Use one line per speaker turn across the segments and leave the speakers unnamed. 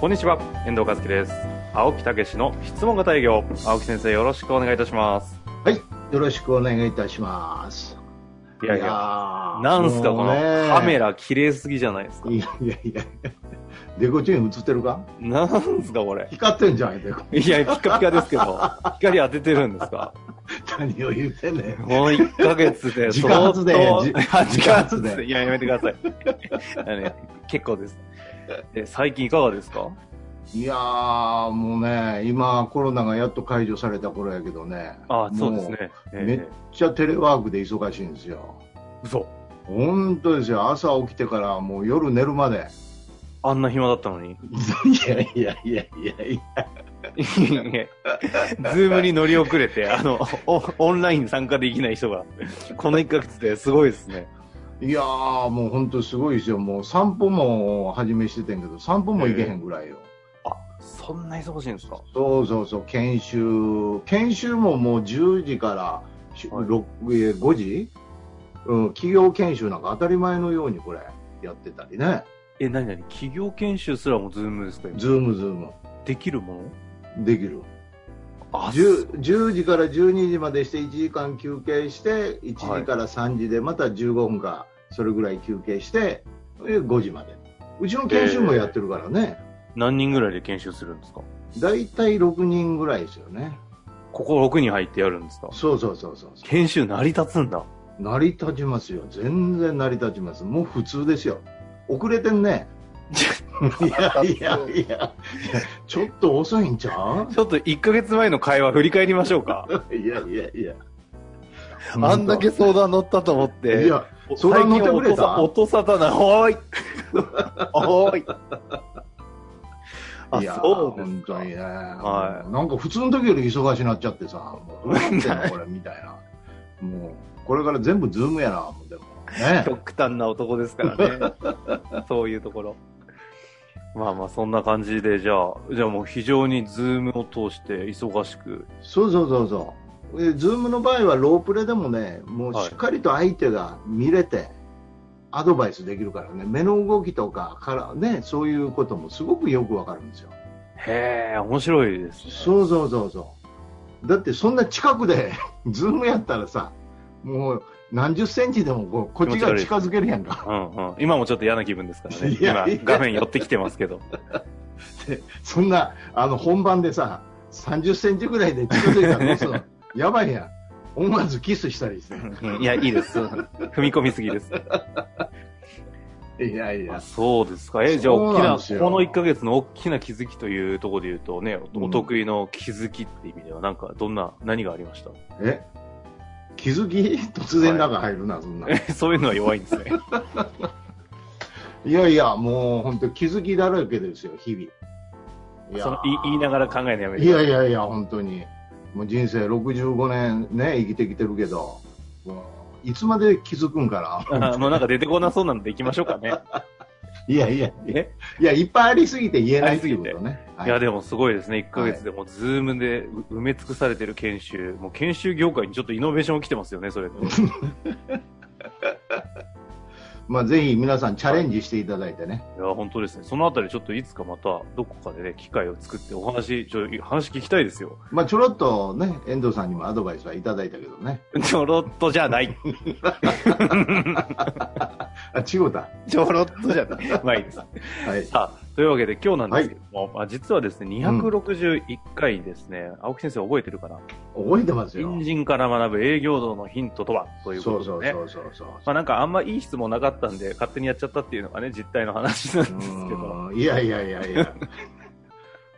こんにちは、遠藤和樹です。青木武の質問型営業、青木先生よろしくお願いいたします。
はい、よろしくお願いいたします。
いやいや、
や
なんすかこのカメ
ラ。
ラ綺麗すぎじゃないですか。
いやいやいや、デコチン映ってるか
なんすかこれ。
光ってんじゃん、デコ。
いや、ピカピカですけど、光当ててるんですか。
何を言ってんねん。
もう1ヶ月で
自
相
家
当、
発電
あ自
じ
家発
自家発
電。
電
いや、やめてください。あのね結構です。え最近いかがですか
いやー、もうね、今コロナがやっと解除された頃やけどね。
あそうですね。え
もう。めっ
え
ちゃテレワークで忙しいんですよ。
嘘。
本当ですよ。朝起きてからもう夜寝るまで。
あんな暇だったのに。
いやいやいやいやい
い
や。
やいやズームに乗り遅れて、あ の、おオンライン参加できない人が、この1ヶ月ですごいですね。
いやー、もう本当すごいですよ。もう散歩も始めしててんけど、散歩も行けへんぐらいよ。
あ、そんな忙しいんですか
そうそうそう、研修、研修ももう10時からし
はい
ろくえー5時、うん、企業研修なんか当たり前のようにこれ、やってたりね、
え、なになに企業研修すらもズームですか今
ズームズーム、
できるもの
できる
あ
10, 10時から12時までして1時間休憩して、1
はい
時から3時でまた15分か、それぐらい休憩して、えー5時まで。うちの研修もやってるからね、
何人ぐらいで研修するんですか
だいたい6人ぐらいですよね。
ここ6人入ってやるんですか
そうそうそうそうそう。
研修成り立つんだ。
成り立ちますよ全然成り立ちますもう普通ですよ遅れて んねいやいやいやちょっと遅いんちゃ
ちょっと1ヶ月前の会話振り返りましょう か。
ういやいやいや
あんだけ相談乗ったと思って。
いや相談乗ってくれた
音沙汰な、おー いおーいあ、
いや
そうです
本当
か。
にね、
はい
なんか普通の時より忙しくなっちゃってさ もうどうなってんのこれみたいなもうこれから全部ズームやなもうでもね
極端な男ですから ね。そういうところ。まあまあ、そんな感じで、じゃあ、じゃあもう非常にズームを通して忙しく。
そうそうそうそうでズームの場合はロープレでもねもうしっかりと相手が見れて、アドバイスできるからね目の動きとかから、ね、そういうこともすごくよくわかるんですよ
へえ、面白いですね。
そうそうそうそうだってそんな近くで ズームやったらさもう何十センチでもこうこっちが近づけるやんか
うんうん。今もちょっと嫌な気分ですからね。
いや
今
いや、
画面寄ってきてますけど。
そんなあの本番でさ30センチぐらいで近づいたらどう すんのやばいやん思わずキスしたりして
うんいや、いい です。踏み込みすぎです。
いやいや
あそうですか。え、じゃあ、
そうなん
大
です
きな、
よ
この1ヶ月の大きな気づきというところで言うとね、お
うん
お得意の気づきって意味では、なんか、どんな、何があり ました
え気づき突然中入るな、そんな。
そういうのは弱いんですね。
いやいや、もう本当気づきだらけですよ、日々。いや
その言い言いながら考えるのやめて。
いやいやいや、本当に。もう人生65年ね、生きてきてるけど、もういつまで気づくんか な。
あもうなんか出てこなそうなんで行きましょう かね。
いやいやいや
え、
いや、いっぱいありすぎて言えないっていうことね。
い、や、
で
でもすごいですね。1ヶ月でもうズームでう埋め尽くされてる研修。もう研修業界にちょっとイノベーション起きてますよね、そ れで。
まあ、ぜひ皆さんチャレンジしていただいてね。
いや、本当ですね。そのあたりちょっといつかまた、どこかでね、機会を作ってお話、ちょ、話聞きたいですよ。
まあ、ちょろっとね、遠藤さんにもアドバイスはいただいたけどね。
ちょろっとじゃ ない。
あ、違うた。
ちょろっとじゃない。 まあいいです。さ
はい。
あ、というわけで今日なんですけども、まあ実はですね、261回ですね、青木先生覚えてるかな
覚えてますよ。
隣人から学ぶ営業道のヒントとはという
そ
こ
うそ
と
う
でね。
そうそうそう。
まあなんかあんまいい質問なかったんで、勝手にやっちゃったっていうのがね、実態の話なんですけど。
うーんいやいやいやいや。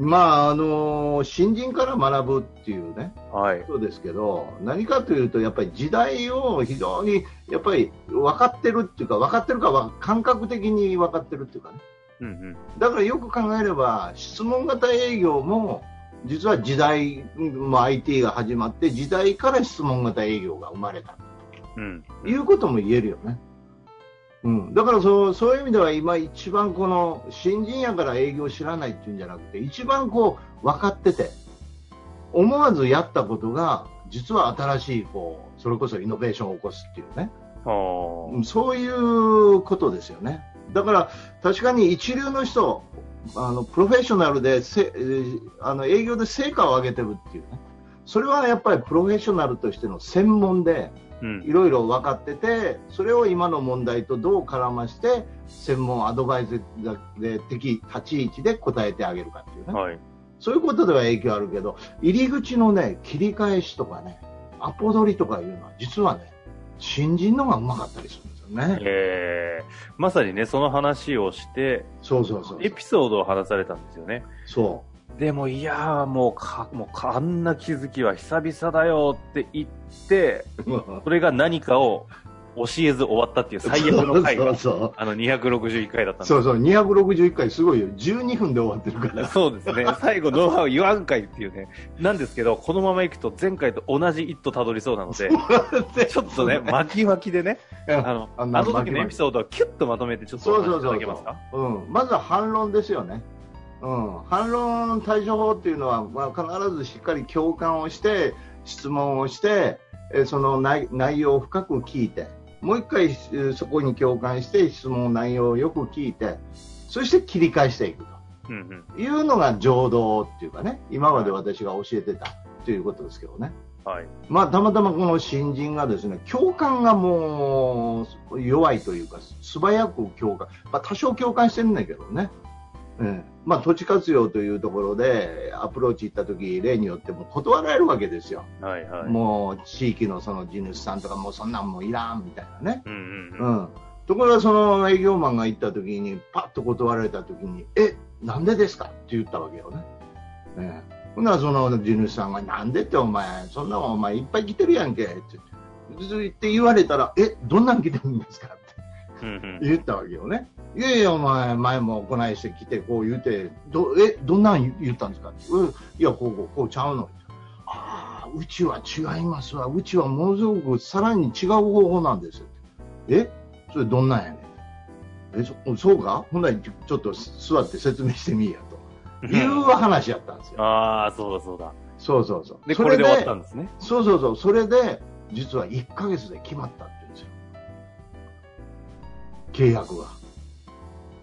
まあ、あの新人から学ぶっていうね、
はい。
そうですけど、何かというと、やっぱり時代を非常に、やっぱり分かってるっていうか、分かってるかは感覚的に分かってるっていうかね、
うんうん。
だからよく考えれば、質問型営業も、実は時代、も IT が始まって、時代から質問型営業が生まれた
うん。
ということも言えるよね。うん、だからそうそういう意味では今一番この新人やから営業知らないっていうんじゃなくて一番こう分かってて思わずやったことが実は新しいこうそれこそイノベーションを起こすっていうね
ああ。
うんそういうことですよね。だから確かに一流の人、あのプロフェッショナルでせ、えーあの営業で成果を上げてるっていうね。それはやっぱりプロフェッショナルとしての専門で
うん。
いろいろ分かってて、それを今の問題とどう絡まして専門アドバイザー的立ち位置で答えてあげるかっていうね。
はい。
そういうことでは影響あるけど、入り口のね、切り返しとかね、アポ取りとかいうのは、実はね、新人の方がうまかったりするんですよね。
ええまさにね、その話をして、
そうそうそう。
エピソードを話されたんですよね。
そ
でも、いやー、もうか、もうか、あんな気づきは久々だよって言って、
う。
それが何かを教えず終わったっていう最悪の回
そう
が、
そう
あの、261回だったんです
そう。そうそう、261回すごいよ。12分で終わってるから。
そうですね。最後、ノウハウ言わんかいっていうね。なんですけど、このまま行くと前回と同じ一途たどりそうなので、ちょっとね、巻き巻きでね、あの、あ
あんな
の時のエ
巻き巻き
ピソードをキュッとまとめてちょっと
そ
お
う
話
そ
いうた
そ
だ
う
けますか
そう、うん。まずは反論ですよね。うん、反論対処法っていうのは、まあ、必ずしっかり共感をして質問をしてえーその内内容を深く聞いてもう一回えーそこに共感して質問の内容をよく聞いてそして切り返していく
うんうん。
というのが情動っていうかね今まで私が教えてたということですけどね。
はい。
まあ、たまたまこの新人がですね共感がもう弱いというか素早く共感、まあ、多少共感してるんだけどね、ええまあ、土地活用というところでアプローチ行った時例によっても断られるわけですよ、
はいはい。
もう地域のその地主さんとかもうそんなんもういらんみたいなね、
うんうんう
う
ん。
ん、ところがその営業マンが行った時にパッと断られた時にえなんでですかって言ったわけよね、ええ、ほんならその地主さんがなんでってお前そんなもんお前いっぱい来てるやんけって言って言われたらえどんなん来てるんですかって
うんうん
言ったわけよねいやいやお前前もこないして来てこう言うてどえどんなん言ったんですかってうんいやこうこうこうちゃうのああうちは違いますわうちはものすごくさらに違う方法なんですえそれどんなんやねんえそそうかほんならちょっと座って説明してみいやという話やったんですよ
ああ、そうだそうだ。
そうそうそう
で、
そ
これで終わったんですね。
そうそうそうそれで実は1ヶ月で決まったって言うんですよ契約が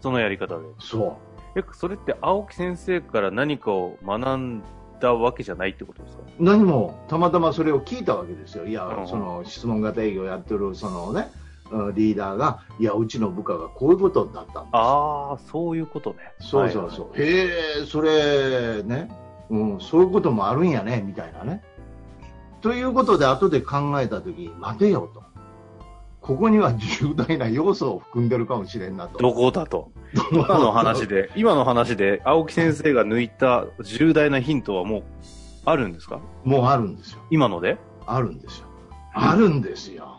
そのやり方で。
そう
え、それって青木先生から何かを学んだわけじゃないってことですか
何もたまたまそれを聞いたわけですよ、い
うん
や
うん、
その質問型営業やってるその、ね、うんリーダーが、いや、うちの部下がこういうことになったんだ、
ああ、そういうことね。
そうそうそう、へえ、それね、うん、そういうこともあるんやねみたいなね。ということで、後で考えたとき、待てよと、ここには重大な要素を含んでるかもしれんなと。
どこだと。今の話で、 今の話で、青木先生が抜いた重大なヒントはもう、あるんですか
もうあるんですよ
今ので
あるんですよあるんですよ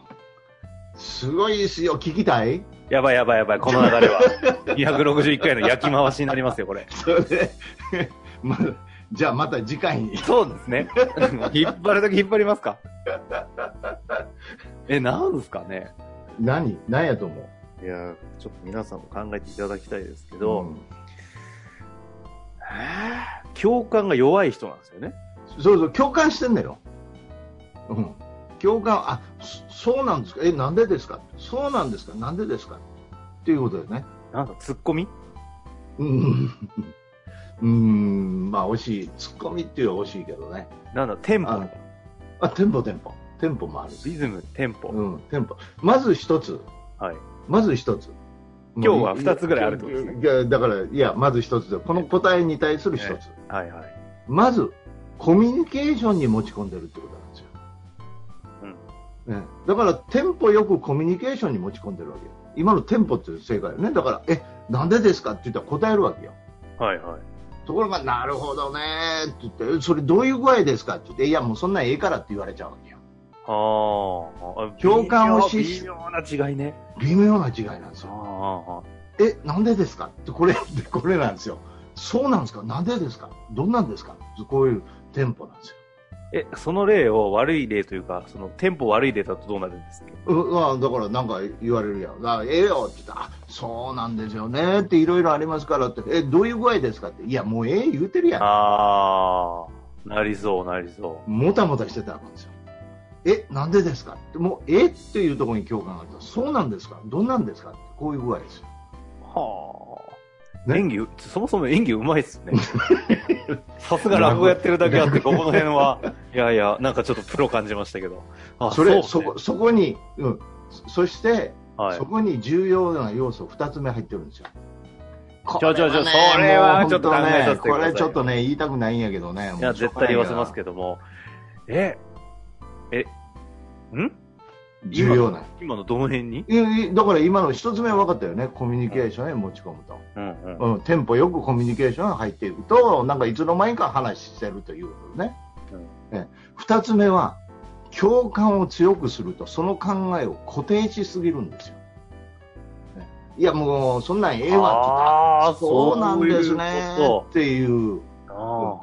すごいですよ聞きたい
やばいやばいやばい、この流れは。261回の焼き回しになりますよ、こ れ。
それで、ま、じゃあまた次回に。
そうです ね。引っ張るだけ引っ張ります かえ、なんですかね
何何やと思う
いや、ちょっと皆さんも考えていただきたいですけど、
うん
共感が弱い人なんですよね。
そうそう、共感してんだよ。うん。共感、あ、そそうなんですかえ、なんでですかそうなんですかなんでですかっていうことだよね。
なんかツッコミ
うん。うん、まあ惜しい。ツッコミっていうのは惜しいけどね。
なんだ、テン
あ
ポ
の。あ、テンポテンポ。テンポもあるし。
リズム、テンポ。
うん、テンポ。まず一つ。
はい。
まず一つ。
今日は二つぐらいあるってことですね
いや、だから、いや、まず一つだよこの答えに対する一つ。
えはいはい。
まず、コミュニケーションに持ち込んでるってことなんですよ。ね、だから、テンポよくコミュニケーションに持ち込んでるわけよ。今のテンポっていう正解よね。だから、え、なんでですかって言ったら答えるわけよ。
はいはい。
ところが、なるほどねって言って、えそれどういう具合ですかって言って、いや、もうそんなんええからって言われちゃうわけよ。
あーあ。
共感をし
微妙微妙な違いね。
微妙な違いなんです
あ
よ。
あ。
え、なんでですかって、これ、これなんですよ。そうなんですかなんでですかどんなんですかこういうテンポなんですよ。
え、その例を悪い例というか、そのテンポ悪い例だとどうなるんですか
うわだからなんか言われるやん。あええよって言ったら、あそうなんですよねっていろいろありますからって、え、どういう具合ですかって、いや、もうええ言うてるやん。
あー、なりそう、なりそ
もたもたしてたわけですよ。え、なんでですかって、もう、えっていうところに共感があった。そうなんですかどんなんですかって、こういう具合ですよ。
う。はあ。
ね
演技、そもそも演技うまいっすね。 さすが落語やってるだけあって、ここの辺は、いやいや、なんかちょっとプロ感じましたけど。あ、
それ、
そ
そう
ね
こ、そこに、うん。そそして、
はい
そ。こに重要な要素2つ目入ってるんですよ。
ちょちょちょそれはちょっと考えさせてくだ
こ
さいよ
れちょっとね、言いたくないんやけどね。
いや、絶対言わせますけども。え、え、ん
ど。重要な。
今のどの辺に
いやいやだから今の一つ目は分かったよね。コミュニケーションへ持ち込むと。
うんうん。
うん、テンポよくコミュニケーションが入っていくと、なんかいつの間にか話してるということね。え二つ目は、共感を強くすると、その考えを固定しすぎるんですよ。ねいや、もう、そんなんええわ
あー
って言ったらそうなんですね
そういうこと
っていう。
ああ、はあ、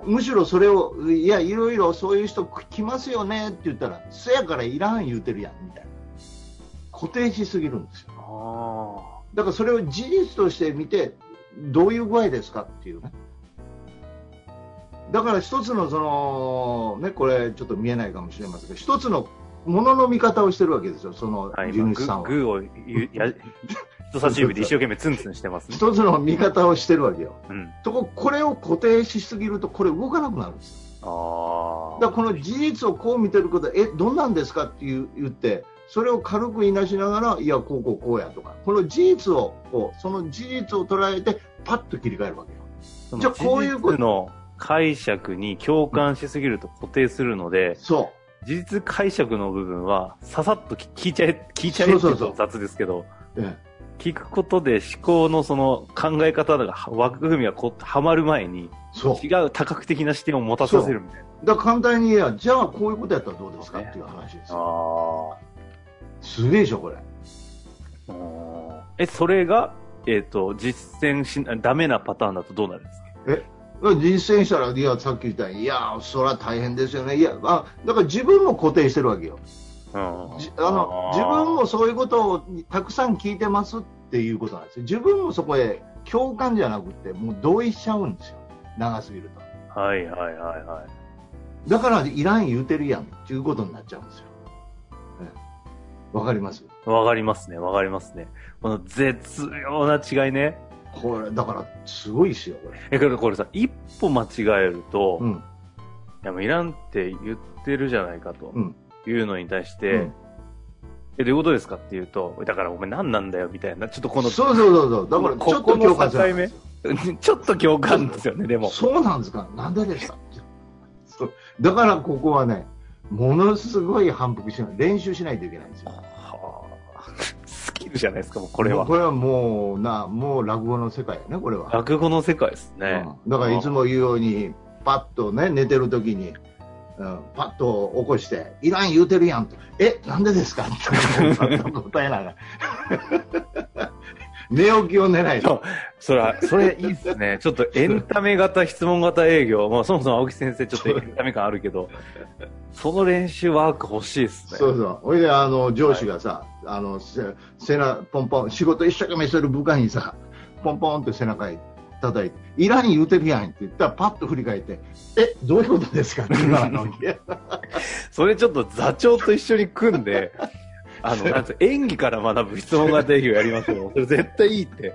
は
むしろそれを、いや、いろいろそういう人来ますよねって言ったら、そやからいらん言うてるやん、みたいな。固定しすぎるんですよ。
あ。ああ。
だからそれを事実として見て、どういう具合ですかっていうね。だから一つのその、ね、これちょっと見えないかもしれませんけど、一つのものの見方をしてるわけですよ、その
はい、
地
今
主
グ
さ
ー
んは。
グーをゆや人差し指で一生懸命ツンツンしてますね。
一つの見方をしてるわけよ。
うん。
とこ、これを固定しすぎると、これ動かなくなるんですよ。
あ
だからこの事実をこう見てることでえどんなんですかっていう言ってそれを軽くいなしながらいやこうこうこうやとかこの事実をこうその事実を捉えてパッと切り替えるわけよ
あ。
じゃあこういうこと
事実の解釈に共感しすぎると固定するので、
そ
事実解釈の部分はささっとき聞いちゃえ、聞いちゃえって
そう
言
そ
う
うそう
と雑ですけど、
う、え
聞くことで思考のその考え方が枠組みがこうはまる前に
え、そ
違う多角的な視点を持たさせるみたいな。
うだから簡単に言えばじゃあこういうことやったらどうですかっていう話です
あ
よすげえでしょこれ
あー。え、それが、えっ、と、実践しな、ダメなパターンだとどうなるんですか
実践したらいやさっき言ったようにいやそれは大変ですよねいやあだから自分も固定してるわけよじあの自分もそういうことをたくさん聞いてますっていうことなんですよ自分もそこへ共感じゃなくてもう同意しちゃうんですよ長すぎると
はいはいはいはい。
だからいらん言うてるやんっていうことになっちゃうんですよええわ、かります
わかりますね、わかりますね。この絶妙な違いね。
これだからすごいですよこれ
え、けどこれさ、一歩間違えると、
うん
いやもういらんって言ってるじゃないかと
うん
いうのに対して、
うん
え、どういうことですかっていうと、だからお前何なんだよみたいな、ちょっとこの、
そうそうそうそうだから
こ
ちょっ
ことの
共感するんですよ
ちょっと共感ですよね、でも。
そうなんですかなんでですかそうだからここはねものすごい反復しない練習しないといけないんですよ
はあスキルじゃないですか、もうこれ
もう
は。
これはもうなもう落語の世界やねこれは
落語の世界ですね。
うんだからいつも言うように、パッとね、寝てる時に、うん、パッと起こして、いらん言うてるやんと、え、なんでですかって 答えながら。 寝起きを狙い
そうそれは、それいいっすね。 ちょっとエンタメ型質問型営業。まあそもそも青木先生ちょっとエンタメ感あるけど、その練習ワーク欲しいっすね。
そうそう。ほいで、あの、上司がさ、あの、せ背中、ポンポン、仕事一生懸命してる部下にさ、ポンポンって背中に叩いて、いらん言うてるやんって言ったら、パッと振り返って、え、どういうことですかって言うからの
それちょっと座長と一緒に組ん で、あの、なんつう演技から学ぶ質問型営業やりますよ。それ 絶対いいって。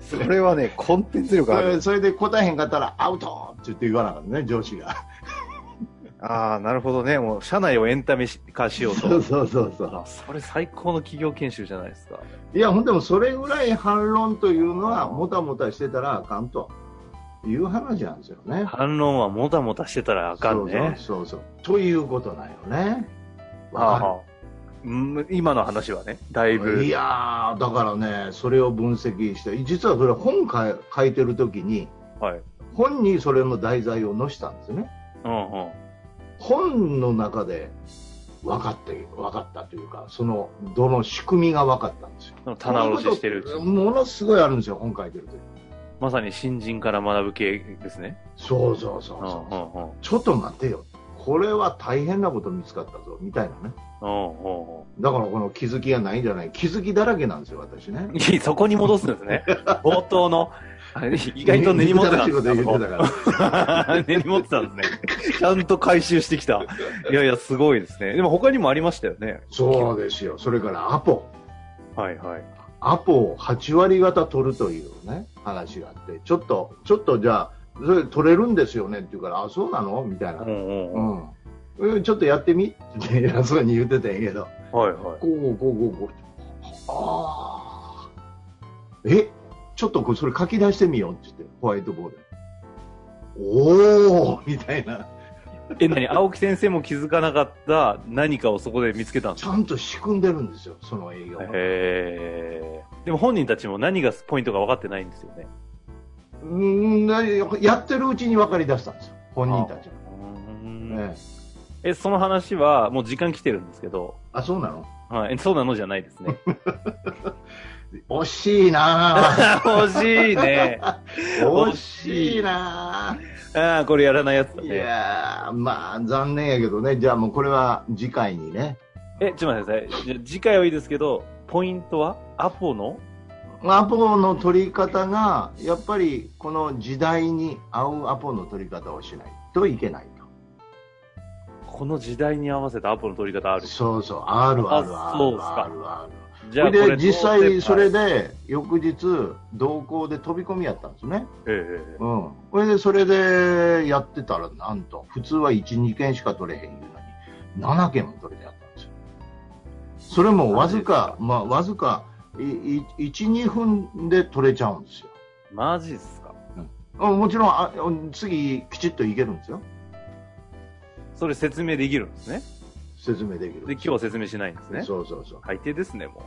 それはね、コンテンツ力
そ
ある。
れそれで答えへんかったら、アウトって言って言わなかったね、上司が。
ああ、なるほどね。もう、社内をエンタメ化しよう
そう
と。
そうそうそ
あ
う。
それ最高の企業研修じゃないですか。
いや、ほんでもそれぐらい反論というのは、もたもたしてたらあかんという話なんですよね。
反論はもたもたしてたらあかんね。
そうそうそうそう。ということなんよね。
は
わ
あ
か
はあうん今の話はね、だいぶ。
るいやー、だからね、それを分析して、実はそれ本かい書いてる時に、
はい。
本にそれの題材を載せたんですね。
うんうん。
本の中で、分かって、分かったというか、その、どの仕組みが分かったんですよ。
の棚卸ししてるうちに
ものすごいあるんですよ、本書いてると。
まさに新人から学ぶ系ですね。
そうそうそう
うんうん
そう。
うん
ちょっと待てよ。これは大変なこと見つかったぞ、みたいなね。
うんうんうん
だからこの気づきがないんじゃない。気づきだらけなんですよ、私ね。
いい そこに戻すんですね。冒頭の。あ意外と練り持ってたん
憎
で
たらしい
す
こと言ってたか ら。
ね。練り持ってたんですね。ちゃんと回収してきた。いやいや、すごいですね。でも他にもありましたよね。
そうですよ。それからアポ。
はいはい。
アポを8割方取るというね、話があって、ちょっと、ちょっとじゃあ、それ取れるんですよねって言うから、あ、そうなのみたいな
う。んうん
う
うん。
ん。うんちょっとやってみって偉そうに言ってたんやけど、
はいはい。
こうこうこうこうこう。ああ。えちょっとこれそれ書き出してみようって言って、ホワイトボードにおーみたいな。
え、何青木先生も気づかなかった何かをそこで見つけたんです
ち
か
ゃんと仕組んでるんですよ、その営業は。
へーでも本人たちも何がポイントか分かってないんですよね。
うん、でやってるうちに分かり出したんですよ、本人たちが。ええ
え、その話はもう時間来てるんですけど、
あ、そうなの
はい、えそうなのじゃないですね。
惜しいな ぁ。
欲しい ね。
惜しいな
ああ、これやらないやつだ
ぁ。い
ね。
やーまあ、残念やけどね。じゃあもうこれは次回にね。
え、ちょっと待ってください。じゃあ次回はいいですけど、ポイントはアポの
アポの取り方が、やっぱりこの時代に合うアポの取り方をしないといけない
この時代に合わせたアポの取り方あ
と。
る。
そうそう、あるある
あ
あ
そうっ
る
すか
あるある。
じ
そ
こ
れで
れ
実際そ
は
れ
い
で翌日同行で飛び込みやったんですね。
えええ
うん。それで、それでやってたら、なんと、普通は1、2件しか取れへんいうのに、7件も取れてやったんですよ。それもわずか、まあ、わずか、1、2分で取れちゃうんですよ。
えマジっすか
うんもちろんあ、うん次、きちっといけるんですよ。
それ説明できるんですね。
説明できるん
で、今
です
日は説明しないんですね。
そうそうそう。
最低ですね、も。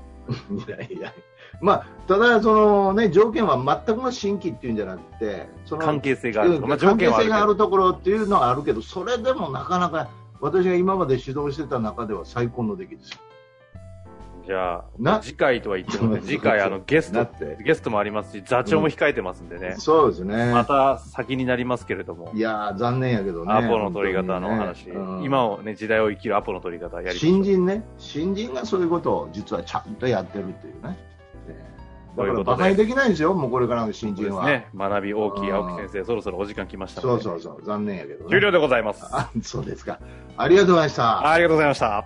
いやいや。まあ、ただ、そのね、条件は全くの新規っていうんじゃなくて、そうの
関係性があるとか。まあ、条
関係
件はあ
性
る
があ
け
るところっていうのはあるけど、それでもなかなか、私が今まで指導してた中では最高の出来ですよ。
ど。じゃあ、
な
次回とは言ってもね、次回、あの、ゲスト、
て。
ゲストもありますし、座長も控えてますんでね。
そうですね。
また先になりますけれども
い。やー、残念やけどね。
アポの取り方の話、
本当にねうん
今をね、時代を生きるアポの取り方やりましょ
新
う
人ね、新人がそういうことを実はちゃんとやってるっていうね。えー
と
だ
い
か
うことで
ら馬鹿にできないですよ、もうこれからの新
そうで
人
す
は。
ね。学び大きい青木先生、そろそろお時間来ました
そ
の
う
で。
そうそう、残念やけどね。
終了でございます。
あ、そうですか。ありがとうございました。
ありがとうございました。